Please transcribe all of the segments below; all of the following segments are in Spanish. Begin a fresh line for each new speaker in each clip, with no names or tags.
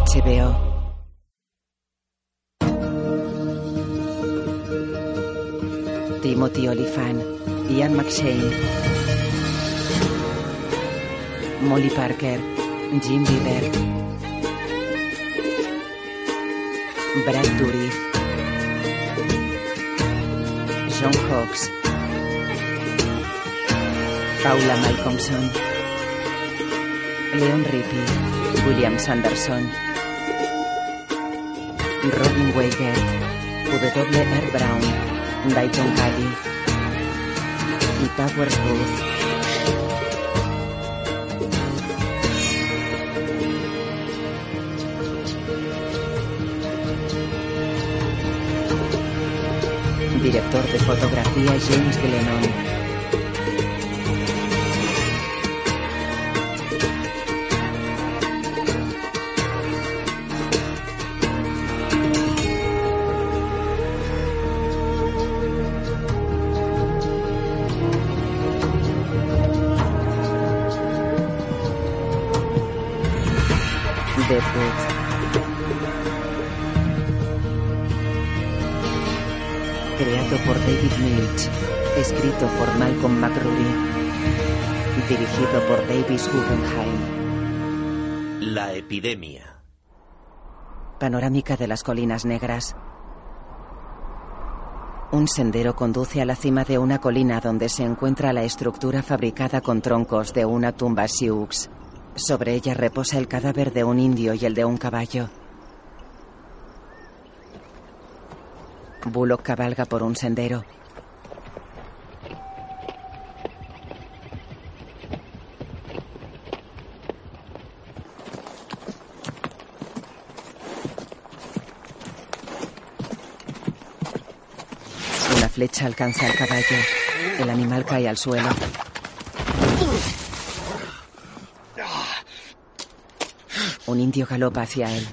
HBO. Timothy Olyphant, Ian McShane, Molly Parker, Jim Bieber, Brad Dourif, John Hawks, Paula Malcolmson, Leon Rippey, William Sanderson, Robin Wager, W.R. Brown, Dayton Cady y Towers Booth. Director de fotografía James Glennon. Deadwood. Creado por David Milch. Escrito por Malcolm McRury. Dirigido por Davis Guggenheim.
La epidemia.
Panorámica de las colinas negras. Un sendero conduce a la cima de una colina donde se encuentra la estructura fabricada con troncos de una tumba Sioux. Sobre ella reposa el cadáver de un indio y el de un caballo. Bullock cabalga por un sendero. Una flecha alcanza al caballo. El animal cae al suelo. Un indio galopa hacia él.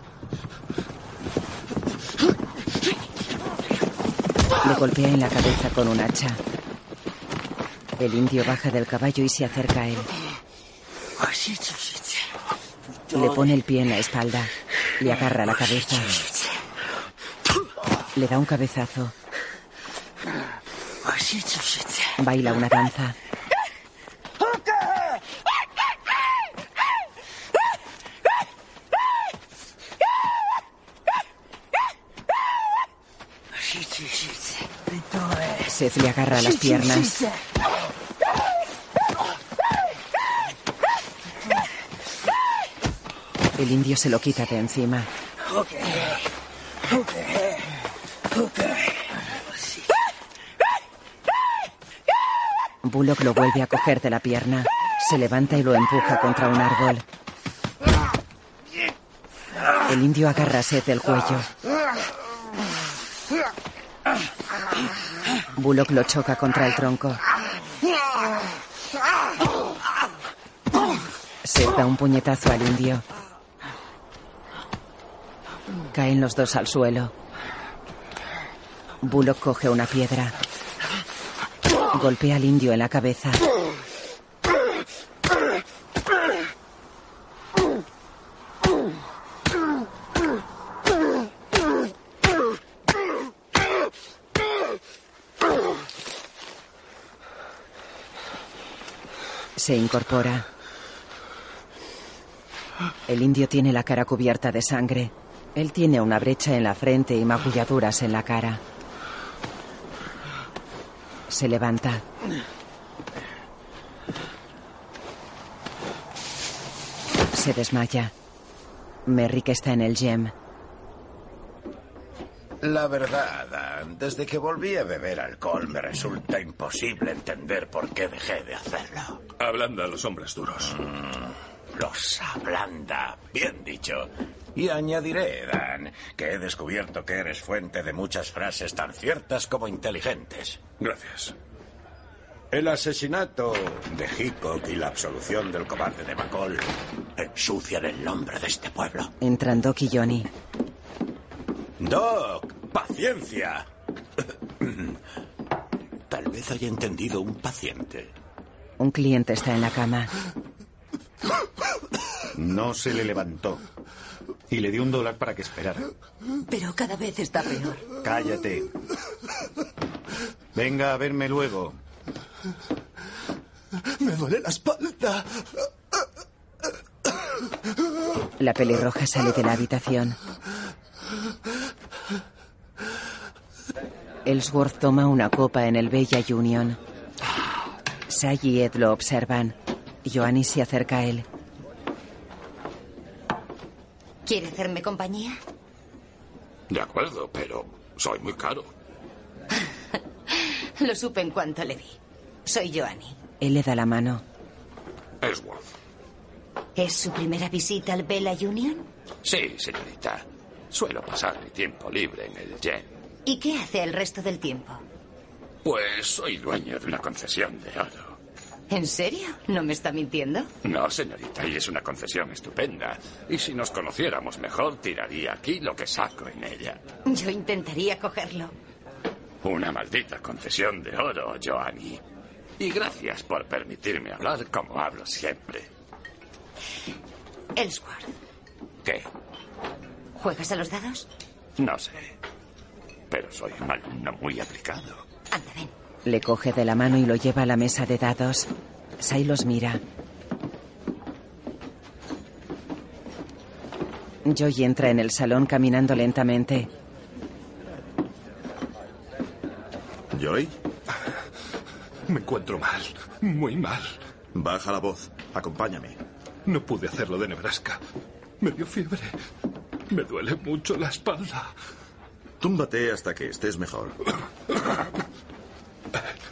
Le golpea en la cabeza con un hacha. El indio baja del caballo y se acerca a él. Le pone el pie en la espalda. Le agarra la cabeza. Le da un cabezazo. Baila una danza. Seth le agarra las piernas. El indio se lo quita de encima. Bullock lo vuelve a coger de la pierna. Se levanta y lo empuja contra un árbol. El indio agarra a Seth del cuello. Bullock lo choca contra el tronco. Seth da un puñetazo al indio. Caen los dos al suelo. Bullock coge una piedra. Golpea al indio en la cabeza. Se incorpora. El indio tiene la cara cubierta de sangre. Él tiene una brecha en la frente y magulladuras en la cara. Se levanta. Se desmaya. Merrick está en el gem.
La verdad, Dan, desde que volví a beber alcohol me resulta imposible entender por qué dejé de hacerlo. Mm,
Ablanda a los hombres duros.
Los ablanda, bien dicho. Y añadiré, Dan, que he descubierto que eres fuente de muchas frases tan ciertas como inteligentes.
Gracias.
El asesinato de Hickok y la absolución del cobarde de Bacol ensucian el nombre de este pueblo.
Entran Doc y Johnny.
Doc, paciencia. Tal vez haya entendido un paciente.
Un cliente está en la cama.
No se le levantó.
Y le di un dólar para que esperara.
Pero cada vez está peor.
Cállate. Venga a verme luego.
Me duele la espalda.
La pelirroja sale de la habitación. Ellsworth toma una copa en el Bella Union. Sai y Ed lo observan. Joanny se acerca a él.
¿Quiere hacerme compañía?
De acuerdo, pero soy muy caro.
Lo supe en cuanto le vi. Soy Joanny.
Él le da la mano.
Ellsworth.
¿Es su primera visita al Bella Union?
Sí, señorita. Suelo pasar mi tiempo libre en el yen.
¿Y qué hace el resto del tiempo?
Pues soy dueño de una concesión de oro.
¿En serio? ¿No me está mintiendo?
No, señorita, y es una concesión estupenda. Y si nos conociéramos mejor, tiraría aquí lo que saco en ella.
Yo intentaría cogerlo.
Una maldita concesión de oro, Joanny. Y gracias por permitirme hablar como hablo siempre.
Ellsworth,
¿Qué?
¿juegas a los dados?
No sé. Pero soy un alumno muy aplicado.
Anda, ven.
Le coge de la mano y lo lleva a la mesa de dados. Sai los mira. Joy entra en el salón caminando lentamente.
Joy,
Me encuentro mal, muy mal.
baja la voz. Acompáñame.
No pude hacerlo de Nebraska. Me dio fiebre. Me duele mucho la espalda.
Túmbate hasta que estés mejor.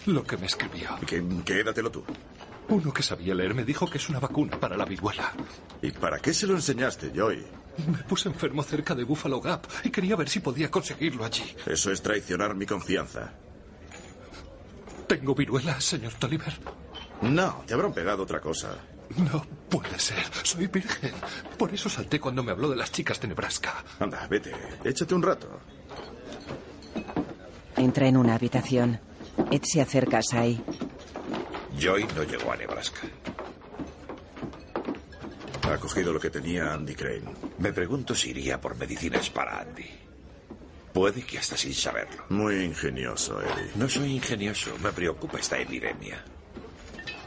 Lo que me escribió.
Que- quédatelo tú.
Uno que sabía leer me dijo que es una vacuna para la viruela.
¿Y para qué se lo enseñaste, Joy?
Me puse enfermo cerca de Buffalo Gap y quería ver si podía conseguirlo allí.
Eso es traicionar mi confianza.
Tengo viruela, señor Tolliver.
No, te habrán pegado otra cosa.
No puede ser. Soy virgen. Por eso salté cuando me habló de las chicas de Nebraska.
Anda, vete. Échate un rato.
Entra en una habitación. Ed se acerca a Sai.
Joy no llegó a Nebraska.
Ha cogido lo que tenía Andy Crane.
Me pregunto si iría por medicinas para Andy. Puede que hasta sin saberlo.
Muy ingenioso, Eddie.
No soy ingenioso, me preocupa esta epidemia.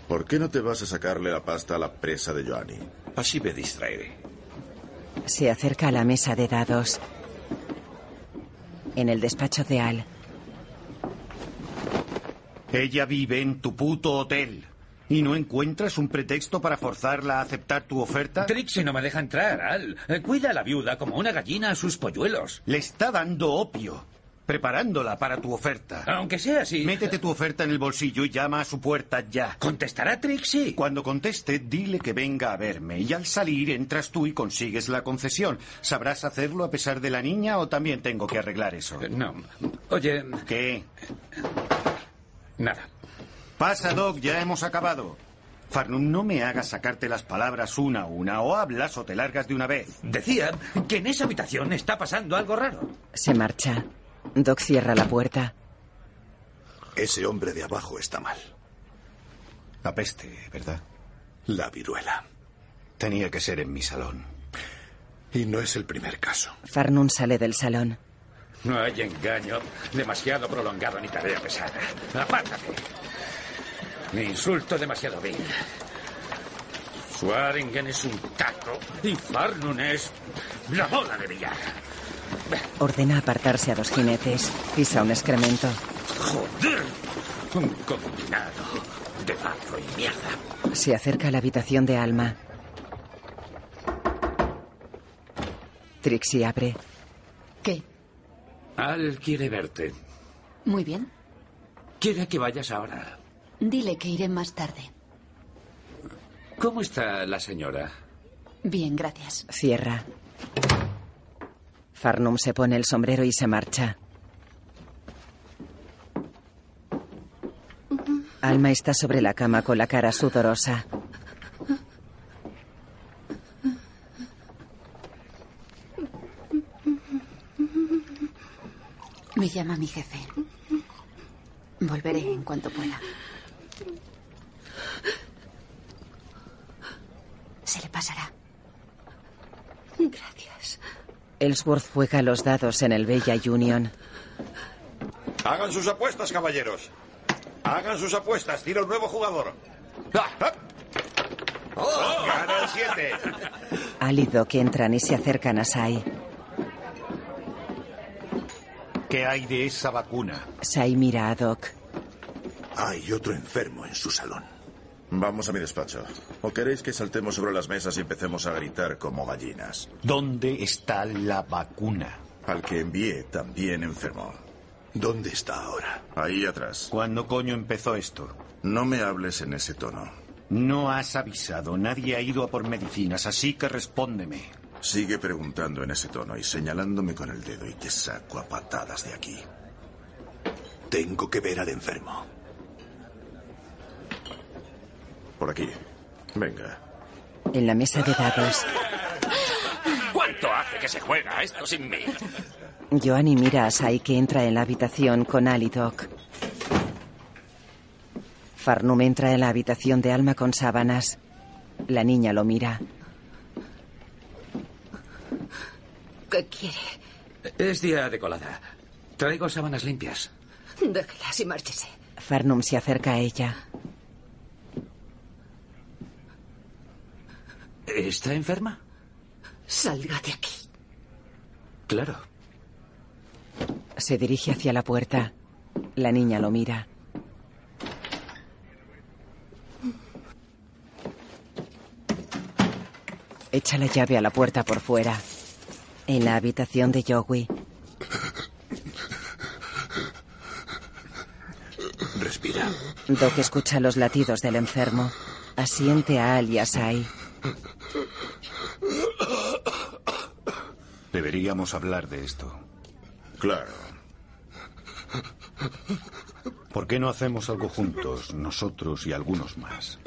¿Por qué no te vas a sacarle la pasta a la presa de Joanny?
Así me distraeré.
Se acerca a la mesa de dados. En el despacho de Al,
Ella vive en tu puto hotel. ¿Y no encuentras un pretexto para forzarla a aceptar tu oferta?
Trixie no me deja entrar, Al. Eh, Cuida a la viuda como una gallina a sus polluelos.
Le está dando opio, preparándola para tu oferta.
Aunque sea así.
Métete tu oferta en el bolsillo y llama a su puerta ya.
¿Contestará Trixie?
Cuando conteste, dile que venga a verme y al salir entras tú y consigues la concesión. ¿Sabrás hacerlo a pesar de la niña o también tengo que arreglar eso?
Eh, No. Oye,
¿Qué?
nada.
Pasa, Doc, ya hemos acabado. Farnum, no me hagas sacarte las palabras una a una, o hablas o te largas de una vez.
Decía que en esa habitación está pasando algo raro.
se marcha. Doc cierra la puerta.
Ese hombre de abajo está mal.
La peste, ¿verdad?
La viruela.
Tenía que ser en mi salón.
Y no es el primer caso.
Farnum sale del salón.
No hay engaño demasiado prolongado ni tarea pesada. Apártate. Ni insulto demasiado vil. Swaringen es un taco y Farnum es la bola de billar.
Ordena apartarse a dos jinetes. Pisa un excremento.
¡Joder! Un combinado de barro y mierda.
Se acerca a la habitación de Alma. Trixie abre.
¿Qué?
Al quiere verte.
Muy bien.
Quiere que vayas ahora.
Dile que iré más tarde.
¿Cómo está la señora?
Bien, gracias.
Cierra. Farnum se pone el sombrero y se marcha. Alma está sobre la cama con la cara sudorosa.
Me llama mi jefe. Volveré en cuanto pueda. Se le pasará.
Gracias.
Ellsworth juega los dados en el Bella Union.
Hagan sus apuestas, caballeros. Hagan sus apuestas. Tira un nuevo jugador. ¡Ah! ¡Ah! ¡Oh! ¡Gana el 7!
Álido que entran y se acercan a Sai.
¿Qué hay de esa vacuna?
Sai mira a Doc.
Hay otro enfermo en su salón. Vamos a mi despacho. ¿O queréis que saltemos sobre las mesas y empecemos a gritar como gallinas?
¿Dónde está la vacuna?
Al que envié también enfermó.
¿Dónde está ahora?
Ahí atrás.
¿Cuándo coño empezó esto?
No me hables en ese tono.
No has avisado. Nadie ha ido a por medicinas, así que respóndeme.
Sigue preguntando en ese tono y señalándome con el dedo y te saco a patadas de aquí.
Tengo que ver al enfermo.
Por aquí. Venga.
En la mesa de dados,
¿Cuánto hace que se juega esto sin mí?
Joanny mira a Sai que entra en la habitación con Alidoc. Farnum entra en la habitación de Alma con sábanas. La niña lo mira.
¿Qué quiere?
Es día de colada. Traigo sábanas limpias.
Déjelas y márchese.
Farnum se acerca a ella.
¿Está enferma?
Salga de aquí.
Claro.
Se dirige hacia la puerta. La niña lo mira. Echa la llave a la puerta por fuera. En la habitación de Joey,
Respira.
Doc escucha los latidos del enfermo. Asiente a Al y a Sai.
Deberíamos hablar de esto.
Claro.
¿Por qué no hacemos algo juntos, nosotros y algunos más?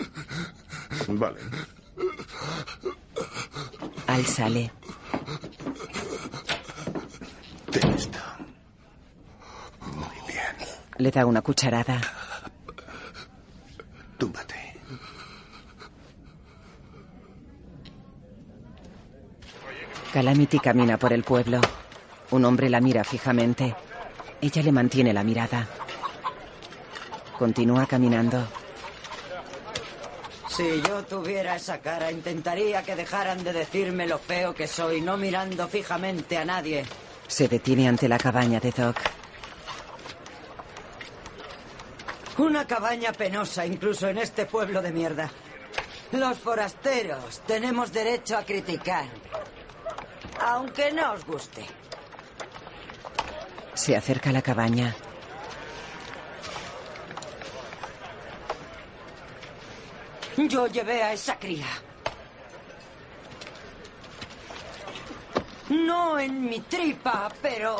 Vale.
Al sale.
Ten esto. Muy bien.
Le da una cucharada.
Túmbate.
Calamity camina por el pueblo. Un hombre la mira fijamente. Ella le mantiene la mirada. Continúa caminando.
Si yo tuviera esa cara, intentaría que dejaran de decirme lo feo que soy, no mirando fijamente a nadie.
Se detiene ante la cabaña de Doc.
Una cabaña penosa, incluso en este pueblo de mierda. Los forasteros tenemos derecho a criticar, aunque no os guste.
Se acerca a la cabaña.
Yo llevé a esa cría. No en mi tripa, pero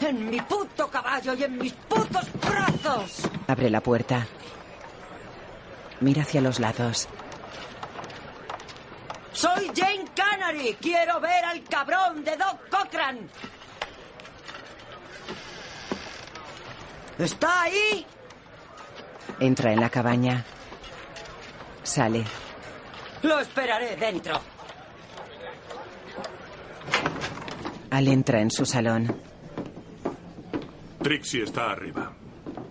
en mi puto caballo y en mis putos brazos.
Abre la puerta. Mira hacia los lados.
Soy Jane Canary. Quiero ver al cabrón de Doc Cochran. ¿Está ahí?
Entra en la cabaña. Sale.
Lo esperaré dentro.
Al entra en su salón.
Trixie está arriba.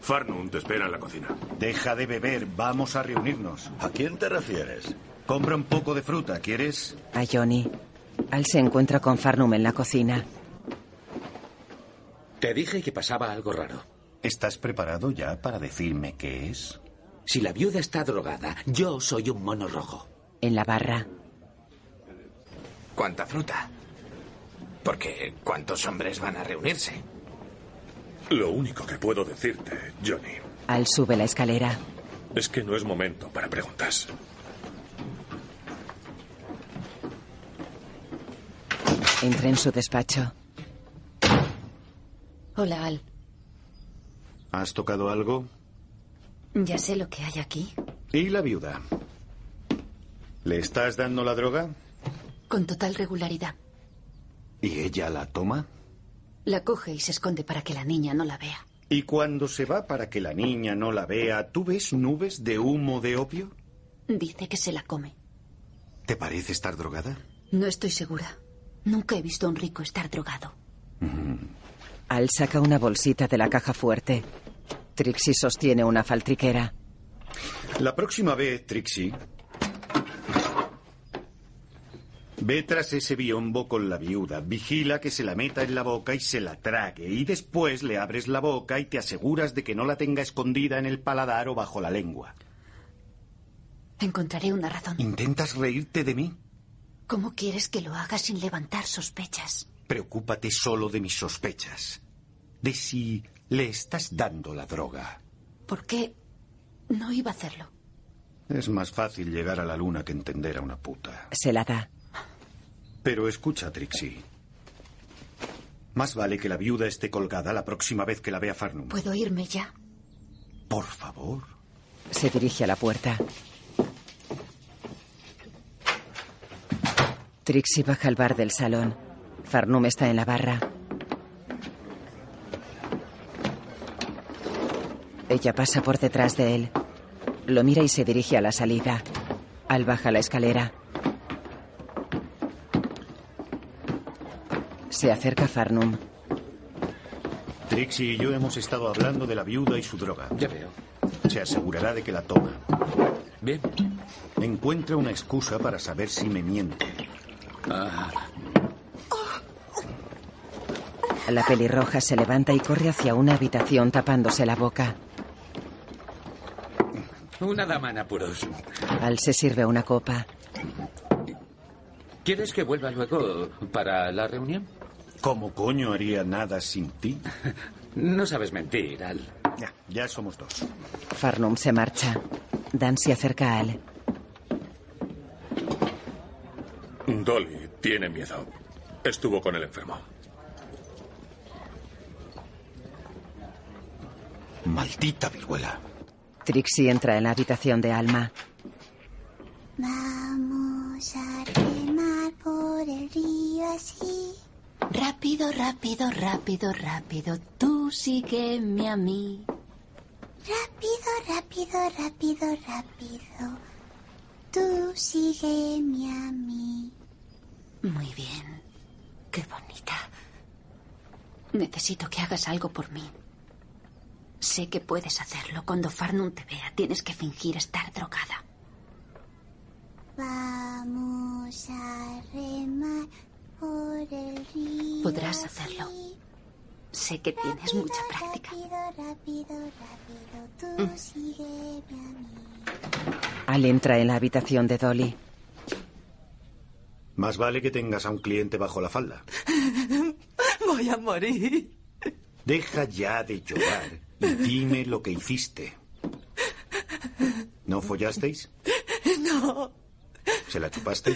Farnum te espera en la cocina.
Deja de beber, vamos a reunirnos.
¿A quién te refieres?
Compra un poco de fruta, ¿quieres?
A Johnny. Al se encuentra con Farnum en la cocina.
Te dije que pasaba algo raro.
¿Estás preparado ya para decirme qué es?
Si la viuda está drogada, yo soy un mono rojo.
En la barra,
¿Cuánta fruta? Porque ¿cuántos hombres van a reunirse?
Lo único que puedo decirte, Johnny,
Al sube la escalera.
es que no es momento para preguntas.
Entra en su despacho.
Hola, Al.
¿Has tocado algo?
Ya sé lo que hay aquí.
¿Y la viuda? ¿Le estás dando la droga?
Con total regularidad.
¿Y ella la toma?
La coge y se esconde para que la niña no la vea.
¿Y cuando se va para que la niña no la vea, tú ves nubes de humo de opio?
Dice que se la come.
¿Te parece estar drogada?
No estoy segura. Nunca he visto a un rico estar drogado.
Al saca una bolsita de la caja fuerte. Trixie sostiene una faltriquera.
La próxima vez, Trixie. Ve tras ese biombo con la viuda, vigila que se la meta en la boca y se la trague, y después le abres la boca y te aseguras de que no la tenga escondida en el paladar o bajo la lengua.
Encontraré una razón.
¿Intentas reírte de mí?
¿Cómo quieres que lo haga sin levantar sospechas?
Preocúpate solo de mis sospechas, de si le estás dando la droga.
¿Por qué no iba a hacerlo?
Es más fácil llegar a la luna que entender a una puta.
Se la da.
Pero escucha, Trixie. Más vale que la viuda esté colgada la próxima vez que la vea Farnum.
¿Puedo irme ya?
Por favor.
Se dirige a la puerta. Trixie baja al bar del salón. Farnum está en la barra. Ella pasa por detrás de él. Lo mira y se dirige a la salida. Al baja la escalera. Se acerca Farnum.
Trixie y yo hemos estado hablando de la viuda y su droga.
Ya veo.
Se asegurará de que la toma.
Bien.
Encuentra una excusa para saber si me miente. Ah,
La pelirroja se levanta y corre hacia una habitación tapándose la boca.
Una dama en apuros.
Al se sirve una copa.
¿Quieres que vuelva luego para la reunión?
¿Cómo coño haría nada sin ti?
No sabes mentir, Al.
Ya, ya somos dos.
Farnum se marcha. Dan se acerca a Al.
Dolly tiene miedo. Estuvo con el enfermo.
Maldita viruela.
Trixie entra en la habitación de Alma.
Vamos a remar por el río así.
Rápido, rápido, rápido, rápido. Tú sígueme a mí.
Rápido, rápido, rápido, rápido. Tú sígueme a mí.
Muy bien. Qué bonita. Necesito que hagas algo por mí. Sé que puedes hacerlo. Cuando Farnum te vea, tienes que fingir estar drogada.
Vamos a remar por el río.
Podrás hacerlo. Sé que tienes mucha práctica.
Rápido, rápido, rápido. Tú
Mm.
sígueme a mí.
Al entra en la habitación de Dolly.
Más vale que tengas a un cliente bajo la falda.
Voy a morir.
Deja ya de llorar y dime lo que hiciste. ¿No follasteis?
No,
¿Se la chupaste?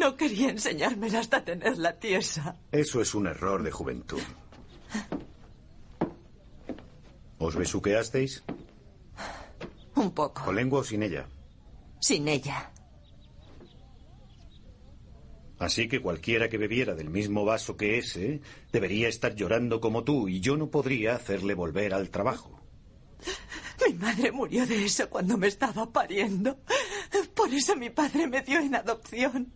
no quería enseñármela hasta tenerla tiesa.
Eso es un error de juventud. ¿Os besuqueasteis?
Un poco.
¿Con lengua o sin ella?
Sin ella.
Así que cualquiera que bebiera del mismo vaso que ese debería estar llorando como tú y yo no podría hacerle volver al trabajo.
Mi madre murió de eso cuando me estaba pariendo. Por eso mi padre me dio en adopción.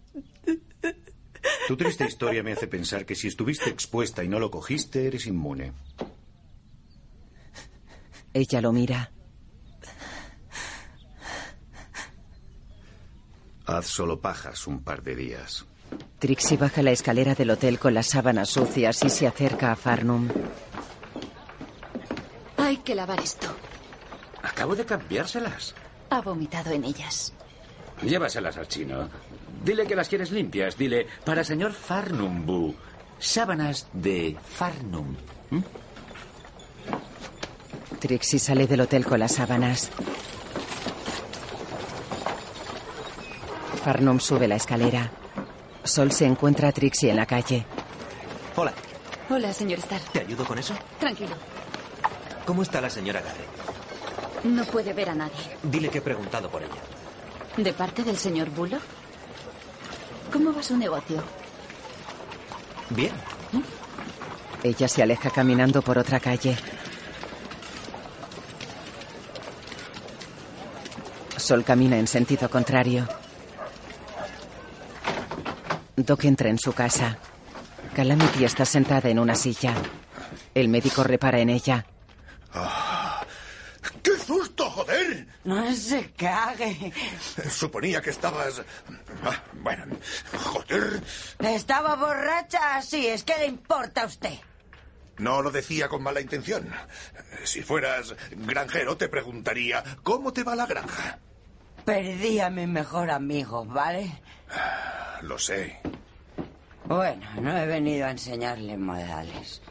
Tu triste historia me hace pensar que si estuviste expuesta y no lo cogiste, eres inmune.
Ella lo mira.
Haz solo pajas un par de días.
Trixie baja la escalera del hotel con las sábanas sucias y se acerca a Farnum.
Hay que lavar esto.
Acabo de cambiárselas.
Ha vomitado en ellas.
Llévaselas al chino. Dile que las quieres limpias. Dile, para señor Farnumbu. Sábanas de Farnum.
Trixie sale del hotel con las sábanas. Farnum sube la escalera. Sol se encuentra a Trixie en la calle.
Hola,
Hola, señor Star.
¿te ayudo con eso?
Tranquilo.
¿Cómo está la señora Garrett?
No puede ver a nadie.
Dile que he preguntado por ella.
¿De parte del señor Bullock? ¿Cómo va su negocio?
Bien,
Ella se aleja caminando por otra calle. Sol camina en sentido contrario. Doc entra en su casa. Calamity está sentada en una silla. El médico repara en ella.
¡Qué susto, joder!
No se cague.
Suponía que estabas... Ah, Bueno, joder.
Estaba borracha, así es. ¿Qué le importa a usted?
No lo decía con mala intención. Si fueras granjero, te preguntaría, ¿cómo te va la granja?
Perdí a mi mejor amigo, ¿vale?
Lo sé.
Bueno, no he venido a enseñarle modales.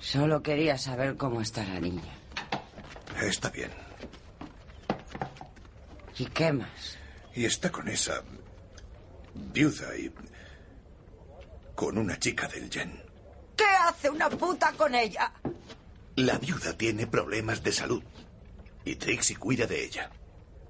Solo quería saber cómo está la niña.
Está bien.
¿Y qué más?
Y está con esa viuda y con una chica del Yen.
¿Qué hace una puta con ella?
La viuda tiene problemas de salud y Trixie cuida de ella.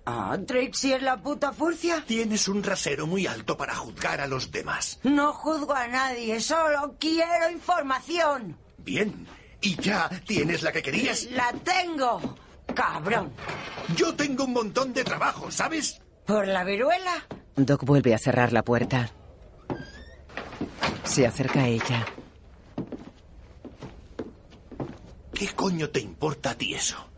Ah, Trixie es la puta furcia.
Tienes un rasero muy alto para juzgar a los demás.
No juzgo a nadie, solo quiero información.
Bien. ¿Y ya tienes la que querías?
La tengo, cabrón.
Yo tengo un montón de trabajo, ¿sabes?
¿Por la viruela?
Doc vuelve a cerrar la puerta. Se acerca a ella.
¿Qué coño te importa a ti eso?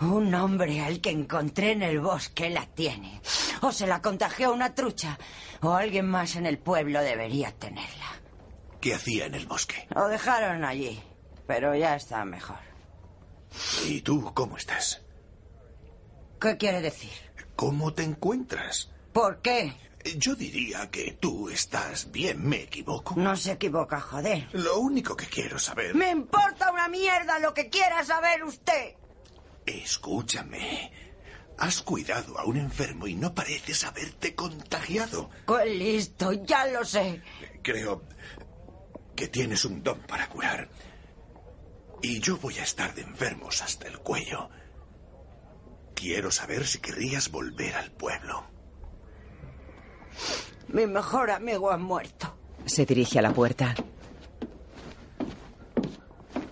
Un hombre al que encontré en el bosque la tiene. O se la contagió una trucha. O alguien más en el pueblo debería tenerla.
¿Qué hacía en el bosque?
Lo dejaron allí. Pero ya está mejor.
¿Y tú cómo estás?
¿Qué quiere decir?
¿Cómo te encuentras?
¿Por qué?
Yo diría que tú estás bien, me equivoco.
No se equivoca, joder.
Lo único que quiero saber...
Me importa una mierda lo que quiera saber usted.
Escúchame. Has cuidado a un enfermo y no pareces haberte contagiado.
Qué Pues listo, ya lo sé.
Creo que tienes un don para curar. Y yo voy a estar de enfermos hasta el cuello. Quiero saber si querrías volver al pueblo.
Mi mejor amigo ha muerto.
Se dirige a la puerta.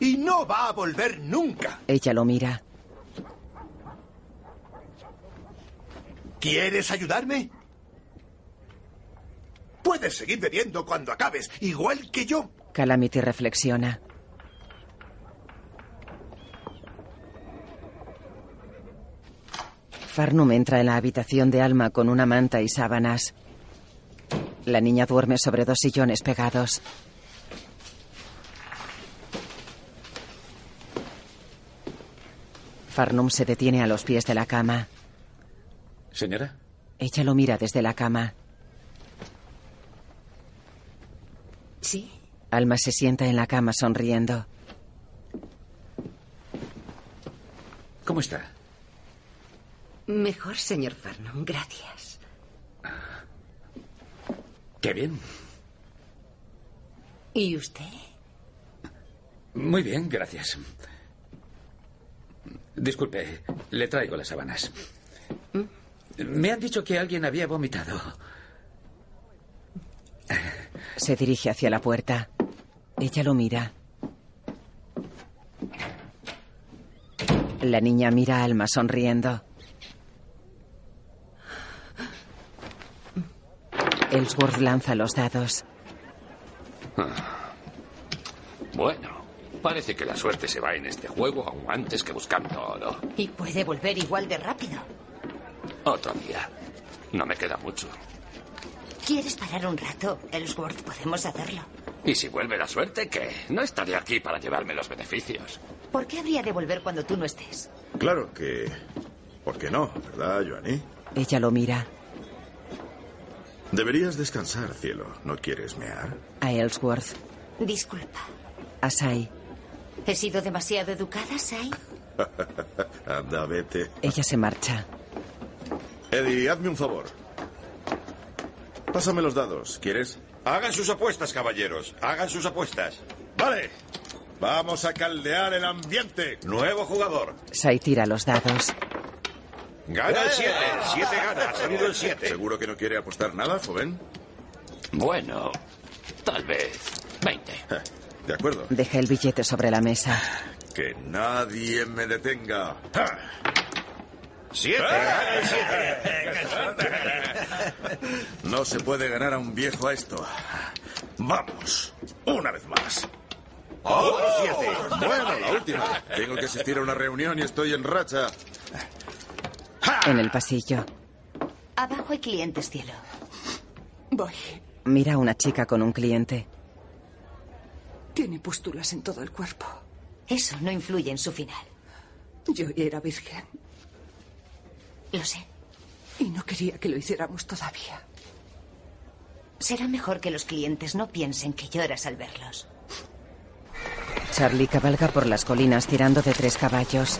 Y no va a volver nunca.
Ella lo mira.
¿Quieres ayudarme? Puedes seguir bebiendo cuando acabes, igual que yo.
Calamity reflexiona. Farnum entra en la habitación de Alma con una manta y sábanas. La niña duerme sobre dos sillones pegados. Farnum se detiene a los pies de la cama.
Señora,
Ella lo mira desde la cama.
Sí.
Alma se sienta en la cama sonriendo.
¿cómo está?
Mejor, señor Farnum, gracias.
Ah. Qué bien.
¿Y usted?
Muy bien, gracias. Disculpe, le traigo las sábanas. Mm. Me han dicho que alguien había vomitado.
Se dirige hacia la puerta. Ella lo mira. La niña mira a Alma sonriendo. Ellsworth lanza los dados.
Ah.
Bueno, parece que la suerte se va en este juego aún antes que buscando oro.
Y puede volver igual de rápido.
Otro día. No me queda mucho.
¿Quieres parar un rato, Ellsworth? Podemos hacerlo.
¿Y si vuelve la suerte, qué? No estaré aquí para llevarme los beneficios.
¿Por qué habría de volver cuando tú no estés?
Claro que... ¿Por qué no? ¿Verdad, Joanny?
Ella lo mira.
Deberías descansar, cielo. ¿No quieres mear?
A Ellsworth.
Disculpa.
A Sai.
¿He sido demasiado educada, Sai?
Anda, vete.
Ella se marcha.
Eddie, hazme un favor. Pásame los dados, ¿quieres?
Hagan sus apuestas, caballeros. Hagan sus apuestas.
Vale. Vamos a caldear el ambiente.
Nuevo jugador.
Sai tira los dados.
Gana el 7. 7 gana. Ha salido el 7.
¿Seguro que no quiere apostar nada, joven?
Bueno, tal vez. 20.
De acuerdo.
Deja el billete sobre la mesa.
Que nadie me detenga. Eh.
7. Gana el 7.
No se puede ganar a un viejo a esto. Vamos, una vez más. Oh.
¡Otro siete!
Bueno, la última. Tengo que asistir a una reunión y estoy en racha.
En el pasillo,
Abajo hay clientes, cielo.
Voy.
mira a una chica con un cliente.
Tiene pústulas en todo el cuerpo.
Eso no influye en su final.
Yo era virgen.
Lo sé.
Y no quería que lo hiciéramos todavía.
Será mejor que los clientes no piensen que lloras al verlos.
Charlie cabalga por las colinas tirando de tres caballos.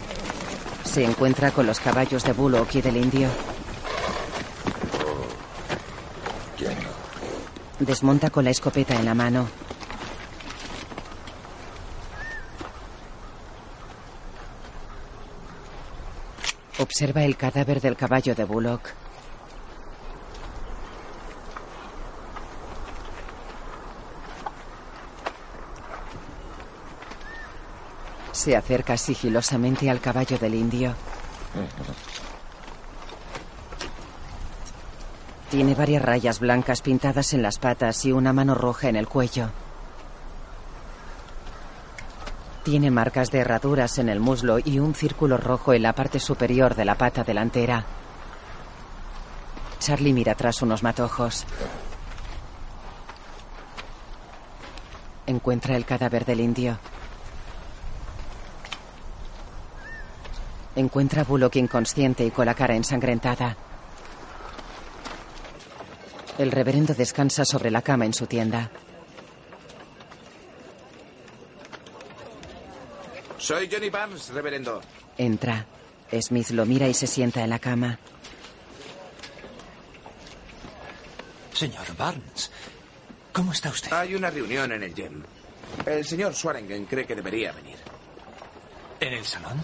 Se encuentra con los caballos de Bullock y del indio. Desmonta con la escopeta en la mano. Observa el cadáver del caballo de Bullock. Se acerca sigilosamente al caballo del indio. Tiene varias rayas blancas pintadas en las patas y una mano roja en el cuello. Tiene marcas de herraduras en el muslo y un círculo rojo en la parte superior de la pata delantera. Charlie mira tras unos matojos. Encuentra el cadáver del indio. Encuentra a Bullock inconsciente y con la cara ensangrentada. El reverendo descansa sobre la cama en su tienda.
Soy Johnny Barnes, reverendo.
Entra. Smith lo mira y se sienta en la cama.
Señor Barnes, ¿cómo está usted? Hay una reunión en el gym. El señor Swaringen cree que debería venir. ¿En el salón?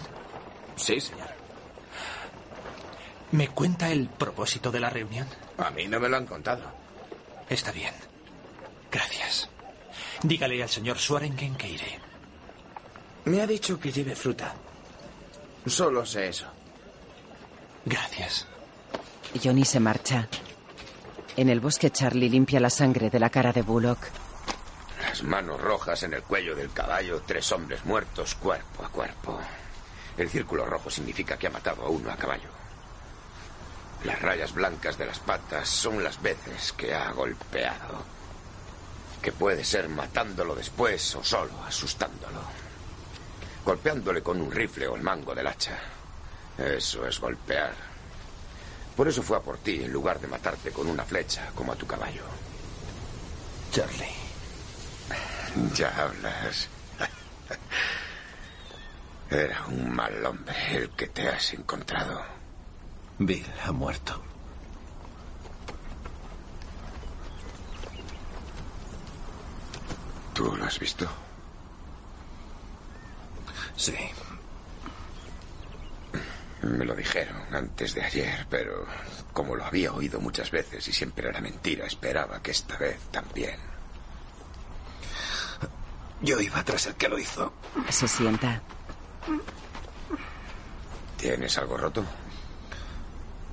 Sí, señor. ¿Me cuenta el propósito de la reunión? A mí no me lo han contado. Está bien. Gracias. Dígale al señor Swaringen que iré. Me ha dicho que lleve fruta. Solo sé eso. Gracias.
Johnny se marcha. En el bosque Charlie limpia la sangre de la cara de Bullock.
Las manos rojas en el cuello del caballo, tres hombres muertos cuerpo a cuerpo. El círculo rojo significa que ha matado a uno a caballo. Las rayas blancas de las patas son las veces que ha golpeado. Que puede ser matándolo después o solo asustándolo. Golpeándole con un rifle o el mango del hacha. Eso es golpear. Por eso fue a por ti en lugar de matarte con una flecha como a tu caballo. Charlie. Ya hablas. Era un mal hombre el que te has encontrado.
Bill ha muerto.
¿Tú lo has visto?
Sí.
Me lo dijeron antes de ayer, pero como lo había oído muchas veces y siempre era mentira, esperaba que esta vez también.
Yo iba tras el que lo hizo.
Se sienta.
¿Tienes algo roto?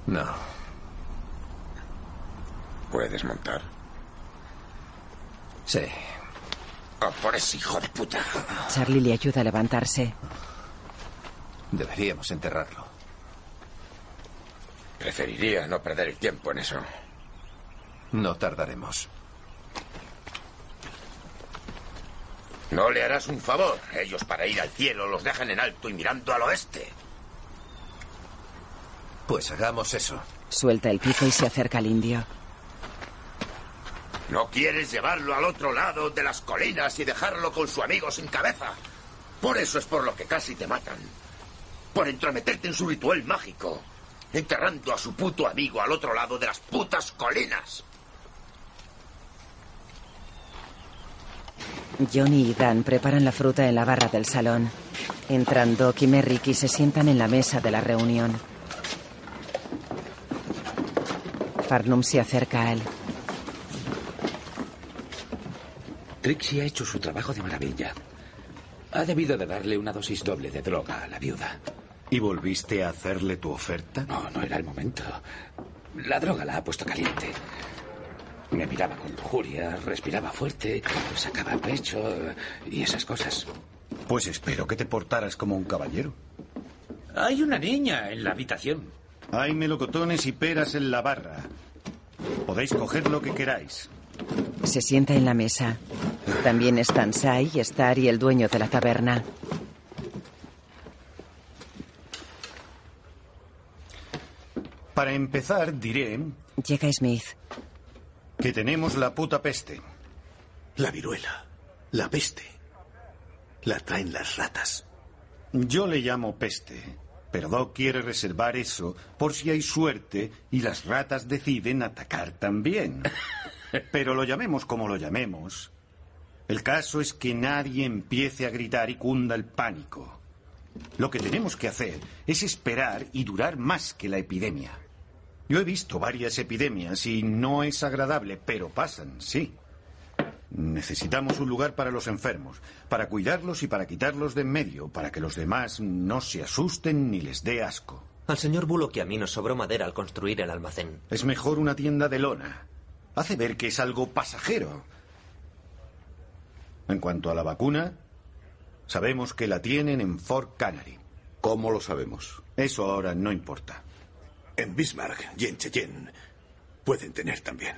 No.
¿Puedes montar?
Sí.
Ah, por ese hijo de puta.
Charlie le ayuda a levantarse.
Deberíamos enterrarlo.
Preferiría no perder el tiempo en eso.
No tardaremos.
No le harás un favor. Ellos para ir al cielo los dejan en alto y mirando al oeste.
Pues hagamos eso.
Suelta el pico y se acerca al indio.
¿No quieres llevarlo al otro lado de las colinas y dejarlo con su amigo sin cabeza? Por eso es por lo que casi te matan. Por entrometerte en su ritual mágico. Enterrando a su puto amigo al otro lado de las putas colinas.
Johnny y Dan preparan la fruta en la barra del salón. Entran Doc y Merrick y se sientan en la mesa de la reunión. Farnum se acerca a él.
Trixie ha hecho su trabajo de maravilla. Ha debido de darle una dosis doble de droga a la viuda.
¿Y volviste a hacerle tu oferta?
No, no era el momento. La droga la ha puesto caliente. Me miraba con lujuria, respiraba fuerte, sacaba pecho y esas cosas.
Pues espero que te portaras como un caballero.
Hay una niña en la habitación.
Hay melocotones y peras en la barra. Podéis coger lo que queráis.
Se sienta en la mesa. También están Sai, Star y el dueño de la taberna.
Para empezar, diré
Llega Smith.
que tenemos la puta peste.
La viruela. La peste. La traen las ratas.
Yo le llamo peste, pero Doc quiere reservar eso por si hay suerte y las ratas deciden atacar también. Pero lo llamemos como lo llamemos. El caso es que nadie empiece a gritar y cunda el pánico. Lo que tenemos que hacer es esperar y durar más que la epidemia. Yo he visto varias epidemias y no es agradable, pero pasan, sí. Necesitamos un lugar para los enfermos, para cuidarlos y para quitarlos de en medio, para que los demás no se asusten ni les dé asco.
Al señor Bullock y a mí nos sobró madera al construir el almacén.
Es mejor una tienda de lona. Hace ver que es algo pasajero. En cuanto a la vacuna, sabemos que la tienen en Fort Canary.
¿Cómo lo sabemos?
Eso ahora no importa.
En Bismarck y en Cheyenne pueden tener también.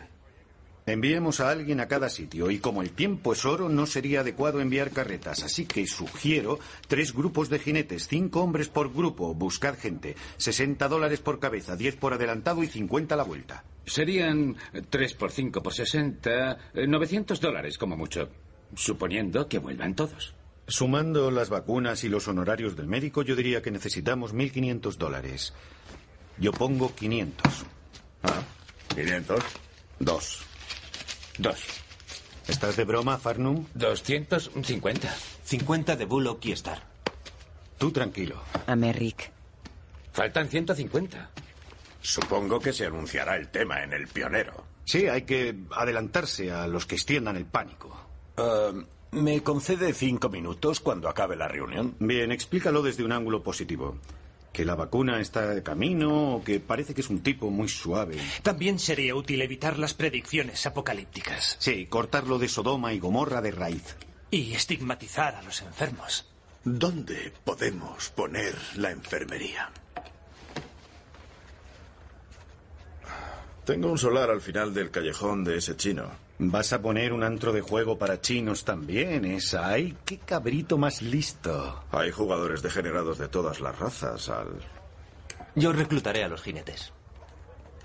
Enviemos a alguien a cada sitio y como el tiempo es oro no sería adecuado enviar carretas, así que sugiero tres grupos de jinetes, cinco hombres por grupo, buscad gente, 60 dólares por cabeza, 10 por adelantado y 50 a la vuelta.
Serían 3 por 5 por 60, eh, 900 dólares como mucho, suponiendo que vuelvan todos.
Sumando las vacunas y los honorarios del médico, yo diría que necesitamos 1.500 dólares. Yo pongo 500.
Ah, 500. Dos.
Dos.
¿Estás de broma, Farnum?
250.
50 de Bullock y Star.
Tú tranquilo.
A Merrick.
Faltan 150.
Supongo que se anunciará el tema en el pionero.
Sí, hay que adelantarse a los que extiendan el pánico.
Ah, ¿Me concede cinco minutos cuando acabe la reunión?
Bien, explícalo desde un ángulo positivo. Que la vacuna está de camino o que parece que es un tipo muy suave.
También sería útil evitar las predicciones apocalípticas
Sí, cortarlo de Sodoma y Gomorra de raíz.
y estigmatizar a los enfermos.
¿Dónde podemos poner la enfermería?
Tengo un solar al final del callejón de ese chino.
¿Vas a poner un antro de juego para chinos también, esa? ¡Ay, qué cabrito más listo!
Hay jugadores degenerados de todas las razas al...
Yo reclutaré a los jinetes.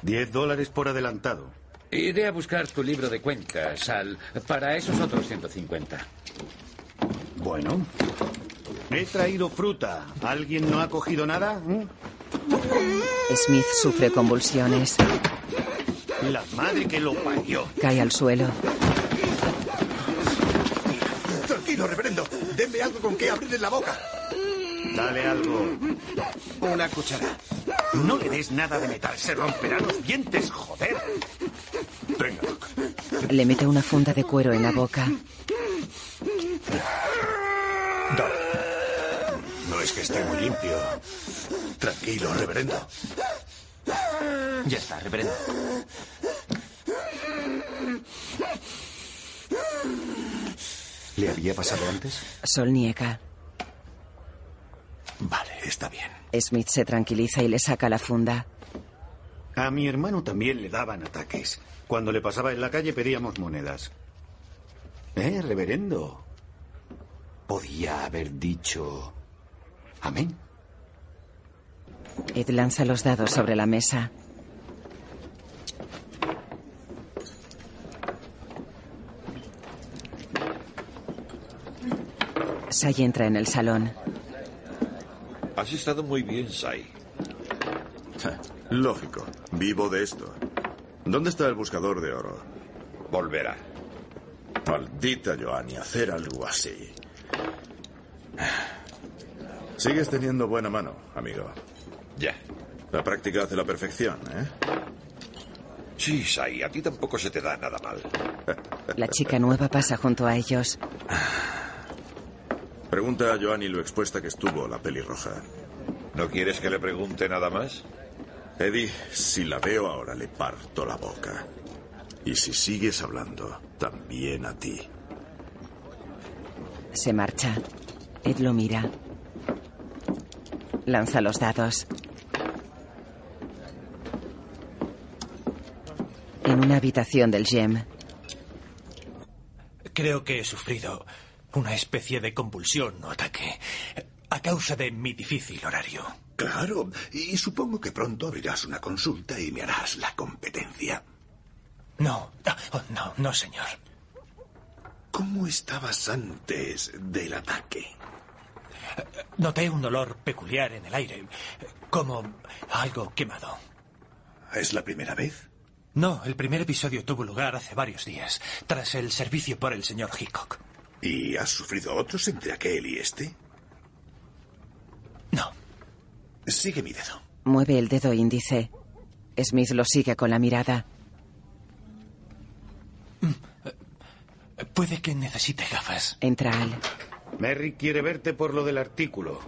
Diez dólares por adelantado.
Iré a buscar tu libro de cuentas, Al, para esos otros 150.
Bueno. He traído fruta. ¿Alguien no ha cogido nada? ¿Mm?
Smith sufre convulsiones.
La madre que lo parió.
Cae al suelo.
Tranquilo, reverendo. Denme algo con que abrirle la boca.
Dale algo.
Mm. Una cuchara.
No le des nada de metal, se romperán los dientes, joder.
Le mete una funda de cuero en la boca.
No es que esté muy limpio. Tranquilo, reverendo.
Ya está, reverendo.
¿Le había pasado antes?
Sol niega.
Vale, está bien.
Smith se tranquiliza y le saca la funda.
A mi hermano también le daban ataques. Cuando le pasaba en la calle pedíamos monedas. ¿Eh, reverendo? Podía haber dicho... Amén.
Ed lanza los dados sobre la mesa. Sai entra en el salón.
Has estado muy bien, Sai.
Lógico, vivo de esto. ¿Dónde está el buscador de oro?
Volverá.
Maldita Joanny, hacer algo así. Sigues teniendo buena mano, amigo.
Ya.
La práctica hace la perfección, ¿eh?
Sí, Sai, a ti tampoco se te da nada mal.
La chica nueva pasa junto a ellos.
Pregunta a Joanny lo expuesta que estuvo la pelirroja.
¿No quieres que le pregunte nada más?
Eddie, si la veo ahora le parto la boca. Y si sigues hablando, también a ti.
Se marcha. Ed lo mira. Lanza los dados. En una habitación del gym,
Creo que he sufrido una especie de convulsión o ataque a causa de mi difícil horario.
Claro, y supongo que pronto abrirás una consulta y me harás la competencia.
No, oh, no, no, señor.
¿Cómo estabas antes del ataque?
Noté un olor peculiar en el aire, como algo quemado.
¿Es la primera vez?
No, el primer episodio tuvo lugar hace varios días, tras el servicio por el señor Hickok.
¿Y has sufrido otros entre aquel y este?
No.
Sigue mi dedo.
mueve el dedo índice. Smith lo sigue con la mirada.
Mm. Puede que necesite gafas.
Entra Al.
Merry quiere verte por lo del artículo.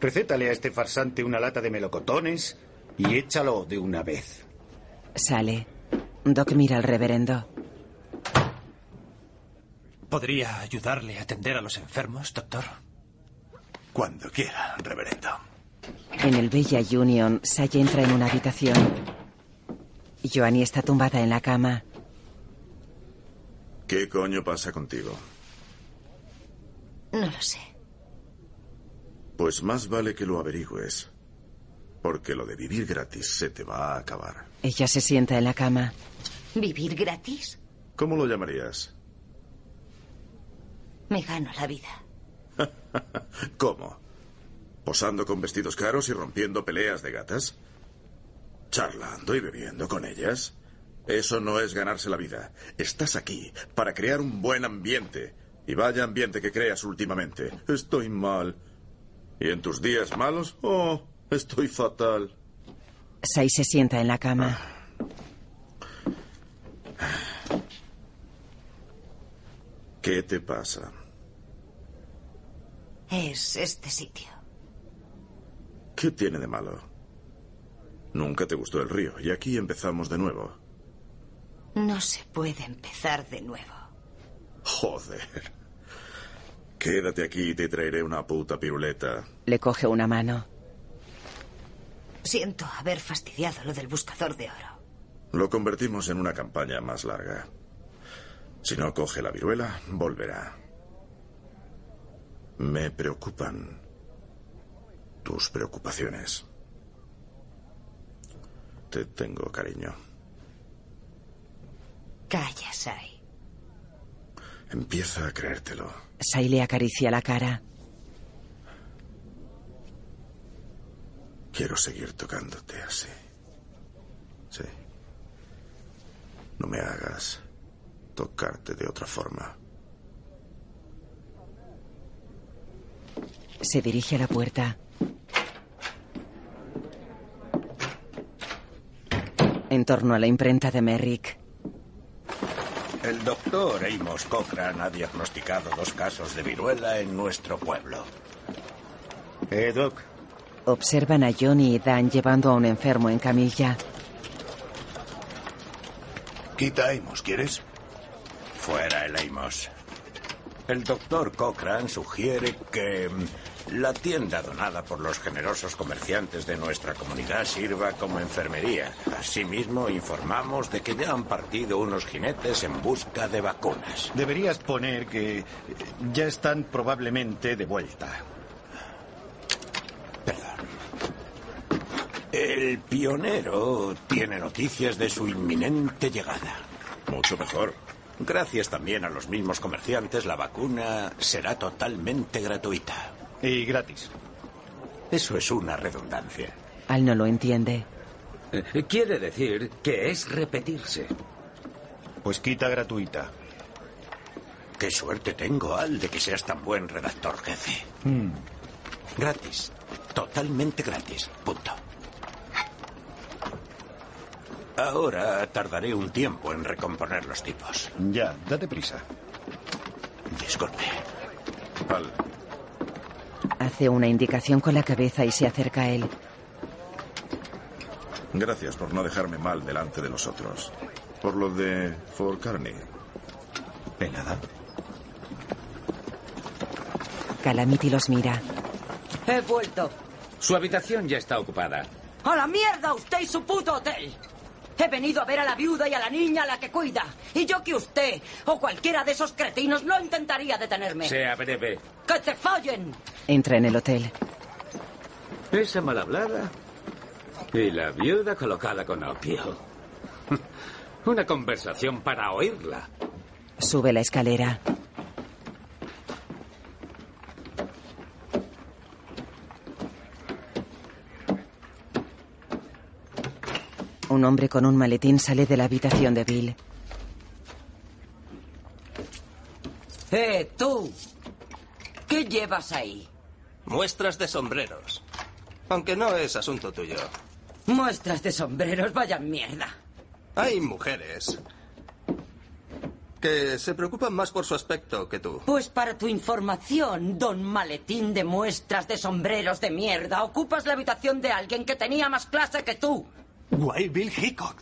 Recétale a este farsante una lata de melocotones y échalo de una vez.
Sale. Doc mira al reverendo.
¿Podría ayudarle a atender a los enfermos, doctor?
Cuando quiera, reverendo.
En el Bella Union, Saya entra en una habitación. Joanny está tumbada en la cama.
¿Qué coño pasa contigo?
No lo sé.
Pues más vale que lo averigües. Porque lo de vivir gratis se te va a acabar.
Ella se sienta en la cama.
¿Vivir gratis?
¿Cómo lo llamarías?
Me gano la vida.
¿Cómo? ¿Posando con vestidos caros y rompiendo peleas de gatas? ¿Charlando y bebiendo con ellas? Eso no es ganarse la vida. Estás aquí para crear un buen ambiente. Y vaya ambiente que creas últimamente. Estoy mal. ¿Y en tus días malos? Oh, estoy fatal.
Sai se sienta en la cama.
¿Qué te pasa?
Es este sitio.
¿Qué tiene de malo? Nunca te gustó el río y aquí empezamos de nuevo.
No se puede empezar de nuevo.
Joder. Quédate aquí y te traeré una puta piruleta.
Le coge una mano.
Siento haber fastidiado lo del buscador de oro.
Lo convertimos en una campaña más larga. Si no coge la viruela, volverá. Me preocupan tus preocupaciones. Te tengo cariño.
Calla, Sai.
Empieza a creértelo.
Sai le acaricia la cara.
Quiero seguir tocándote así. Sí. No me hagas tocarte de otra forma.
Se dirige a la puerta. En torno a la imprenta de Merrick,
El doctor Amos Cochran ha diagnosticado dos casos de viruela en nuestro pueblo.
Eh, Doc,
observan a Johnny y Dan llevando a un enfermo en camilla.
Quita Amos, ¿quieres?
Fuera el Amos. El doctor Cochran sugiere que mm, la tienda donada por los generosos comerciantes de nuestra comunidad sirva como enfermería. Asimismo, informamos de que ya han partido unos jinetes en busca de vacunas.
deberías poner que eh, ya están probablemente de vuelta.
El pionero tiene noticias de su inminente llegada. Mucho mejor. Gracias también a los mismos comerciantes, la vacuna será totalmente gratuita.
Y gratis.
Eso es una redundancia.
Al no lo entiende.
Eh, Quiere decir que es repetirse.
Pues quita gratuita.
Qué suerte tengo, Al, de que seas tan buen redactor, jefe.
Hmm.
Gratis. Totalmente gratis. Punto. Ahora tardaré un tiempo en recomponer los tipos.
Ya, date prisa.
Disculpe.
Hace una indicación con la cabeza y se acerca a él.
Gracias por no dejarme mal delante de los otros. Por lo de Fort Carney.
Pelada.
Calamity los mira.
He vuelto.
Su habitación ya está ocupada.
¡A la mierda usted y su puto hotel! He venido a ver a la viuda y a la niña a la que cuida. Y yo que usted o cualquiera de esos cretinos no intentaría detenerme.
Sea breve.
¡Que te follen!
Entra en el hotel.
Esa mal hablada. Y la viuda colocada con opio. Una conversación para oírla.
Sube la escalera. Un hombre con un maletín sale de la habitación de Bill.
¡Eh, tú! ¿Qué llevas ahí?
Muestras de sombreros. Aunque no es asunto tuyo.
Muestras de sombreros, vaya mierda.
Hay mujeres que se preocupan más por su aspecto que tú.
Pues para tu información, don maletín de muestras de sombreros de mierda, ocupas la habitación de alguien que tenía más clase que tú.
Guay Bill Hickok.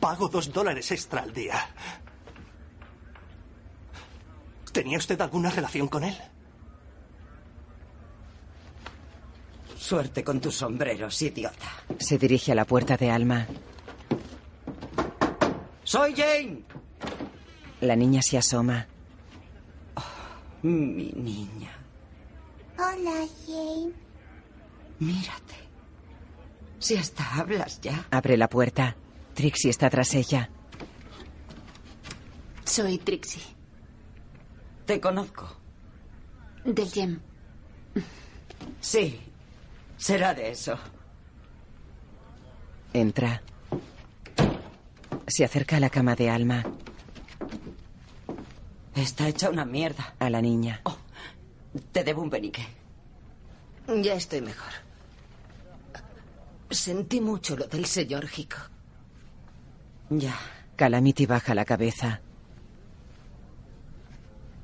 Pago dos dólares extra al día. ¿Tenía usted alguna relación con él?
Suerte con tus sombreros, idiota.
Se dirige a la puerta de Alma.
¡Soy Jane!
La niña se asoma.
Oh, Mi niña,
Hola, Jane.
mírate. Si hasta hablas ya.
Abre la puerta. Trixie está tras ella.
Soy Trixie,
Te conozco.
del Gem.
Sí, será de eso.
Entra. Se acerca a la cama de Alma,
Está hecha una mierda.
a la niña.
Te debo un penique.
Ya estoy mejor. Sentí mucho lo del señor Hickok.
Ya.
Calamity baja la cabeza.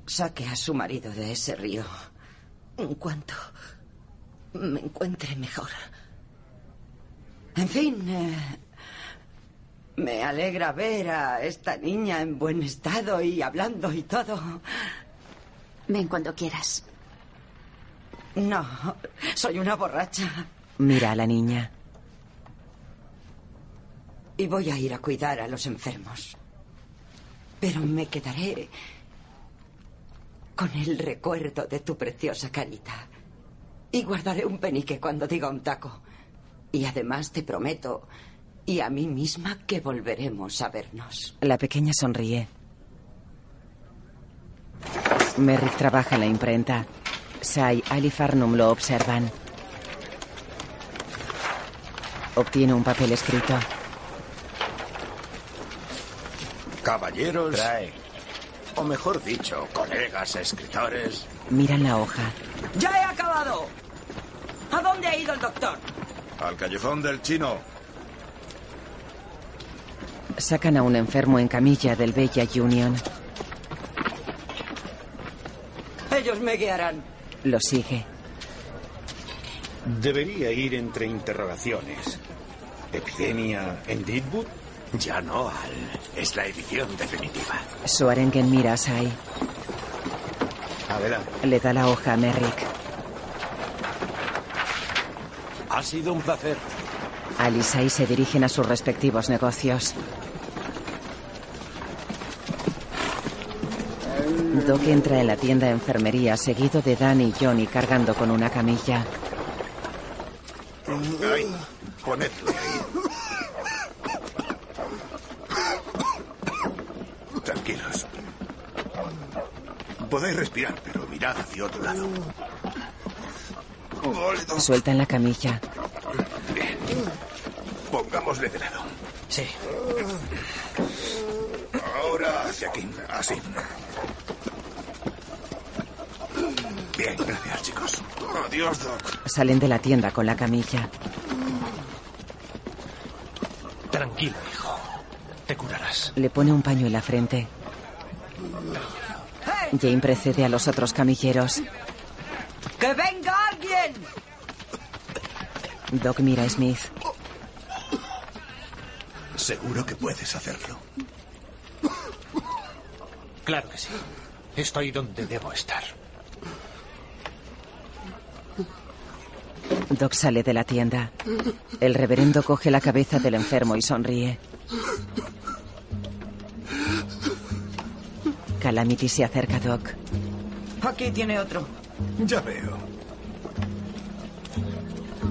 Saque a su marido de ese río.
En cuanto me encuentre mejor.
En fin, eh, me alegra ver a esta niña en buen estado y hablando y todo.
Ven cuando quieras.
No, soy una borracha
Mira a la niña.
y voy a ir a cuidar a los enfermos. Pero me quedaré con el recuerdo de tu preciosa carita. Y guardaré un penique cuando diga un taco. Y además te prometo, y a mí misma, que volveremos a vernos.
La pequeña sonríe. Merrick trabaja en la imprenta. Sai, Al y Farnum lo observan. Obtiene un papel escrito.
Caballeros. O mejor dicho, colegas escritores.
Miran la hoja.
¡Ya he acabado! ¿A dónde ha ido el doctor?
Al callejón del chino.
Sacan a un enfermo en camilla del Bella Union.
Ellos me guiarán.
Lo sigue.
Debería ir entre interrogaciones. ¿Epidemia en Deadwood?
Ya no, Al. Es la edición definitiva.
Soarengen mira a Sai.
Adelante.
Le da la hoja a Merrick.
Ha sido un placer.
Al y Sai se dirigen a sus respectivos negocios. Doc entra en la tienda de enfermería seguido de Dan y Johnny cargando con una camilla.
Ay, ponedlo ahí. Tranquilos. Podéis respirar, pero mirad hacia otro
Mm.
lado.
Sueltan la camilla.
Pongámosle de lado.
Sí.
Ahora hacia aquí. Así. Bien, gracias, chicos. Adiós, Doc.
Salen de la tienda con la camilla.
Tranquilo, hijo. Te curarás.
Le pone un paño en la frente. Jane precede a los otros camilleros.
¡Que venga alguien!
Doc mira a Smith.
Seguro que puedes hacerlo.
Claro que sí. Estoy donde debo estar.
Doc sale de la tienda. El reverendo coge la cabeza del enfermo y sonríe. Calamity se acerca a Doc.
Aquí tiene otro.
Ya veo.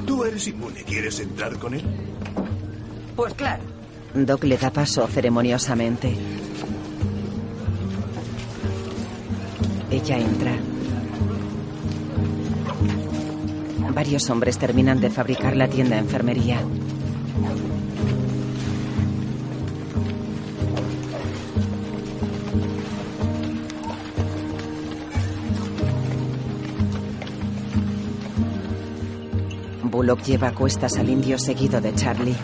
Tú eres inmune. ¿Quieres entrar con él?
Pues claro.
Doc le da paso ceremoniosamente. Ella entra. Varios hombres terminan de fabricar la tienda de enfermería. Bullock lleva a cuestas al indio seguido de Charlie.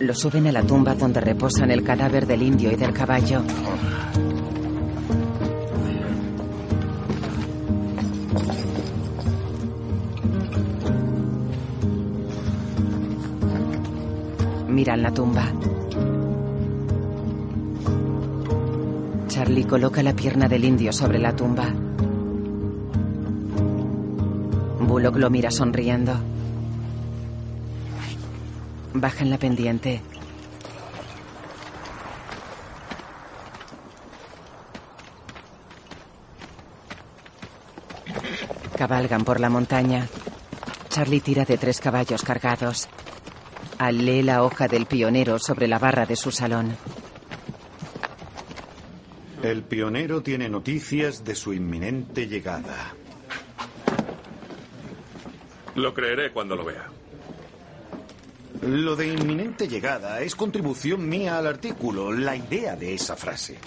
Lo suben a la tumba donde reposan el cadáver del indio y del caballo. Miran la tumba. Charlie coloca la pierna del indio sobre la tumba. Bullock lo mira sonriendo. Bajan la pendiente. Cabalgan por la montaña. Charlie tira de tres caballos cargados. Al lee la hoja del pionero sobre la barra de su salón.
El pionero tiene noticias de su inminente llegada.
Lo creeré cuando lo vea.
Lo de inminente llegada es contribución mía al artículo, la idea de esa frase.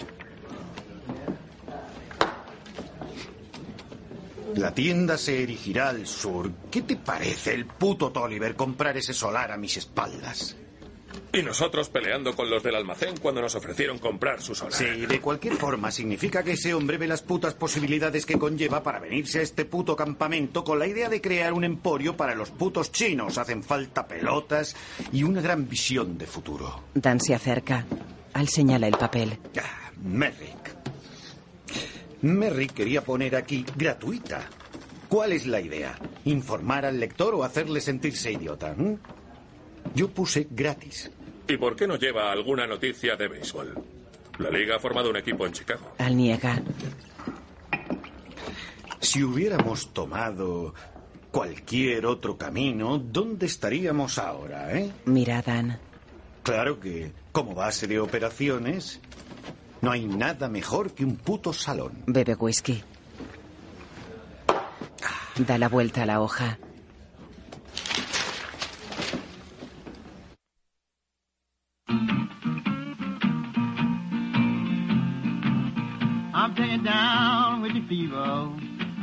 La tienda se erigirá al sur. ¿Qué te parece el puto Tolliver comprar ese solar a mis espaldas?
Y nosotros peleando con los del almacén cuando nos ofrecieron comprar su solar.
Sí, de cualquier forma, significa que ese hombre ve las putas posibilidades que conlleva para venirse a este puto campamento con la idea de crear un emporio para los putos chinos. Hacen falta pelotas y una gran visión de futuro.
Dan se acerca. Al señala el papel.
Ah, Merrick. Merrick quería poner aquí gratuita. ¿Cuál es la idea? ¿Informar al lector o hacerle sentirse idiota? ¿m? Yo puse gratis.
¿Y por qué no lleva alguna noticia de béisbol? La liga ha formado un equipo en Chicago.
Al niega.
Si hubiéramos tomado cualquier otro camino, ¿dónde estaríamos ahora, eh?
Mira a Dan.
Claro que, como base de operaciones, no hay nada mejor que un puto salón.
Bebe whisky. Da la vuelta a la hoja.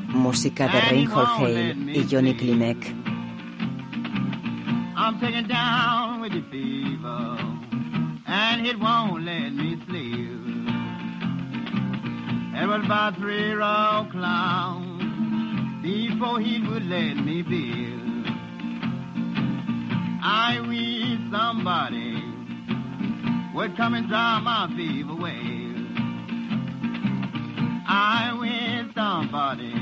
Música de Reinhold Hale y Johnny Klimek.
I'm taken down with the fever, and it won't let me sleep. It was about three o'clock before he would let me be. I wish somebody would come and drive my fever away. I wish somebody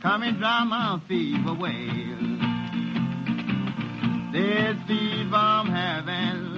come and drive my fever away. This fever I'm having